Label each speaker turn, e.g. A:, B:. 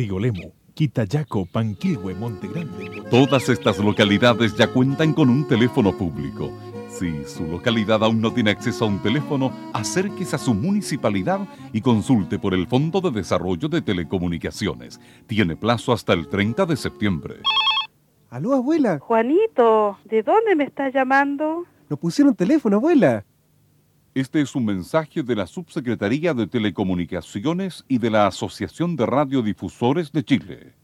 A: Rigolemo, Quitayaco, Panquilhue, Monte Grande.
B: Todas estas localidades ya cuentan con un teléfono público. Si su localidad aún no tiene acceso a un teléfono, acérquese a su municipalidad y consulte por el Fondo de Desarrollo de Telecomunicaciones. Tiene plazo hasta el 30 de septiembre.
C: Aló, abuela.
D: Juanito, ¿de dónde me estás llamando?
C: Nos pusieron teléfono, abuela.
B: Este es un mensaje de la Subsecretaría de Telecomunicaciones y de la Asociación de Radiodifusores de Chile.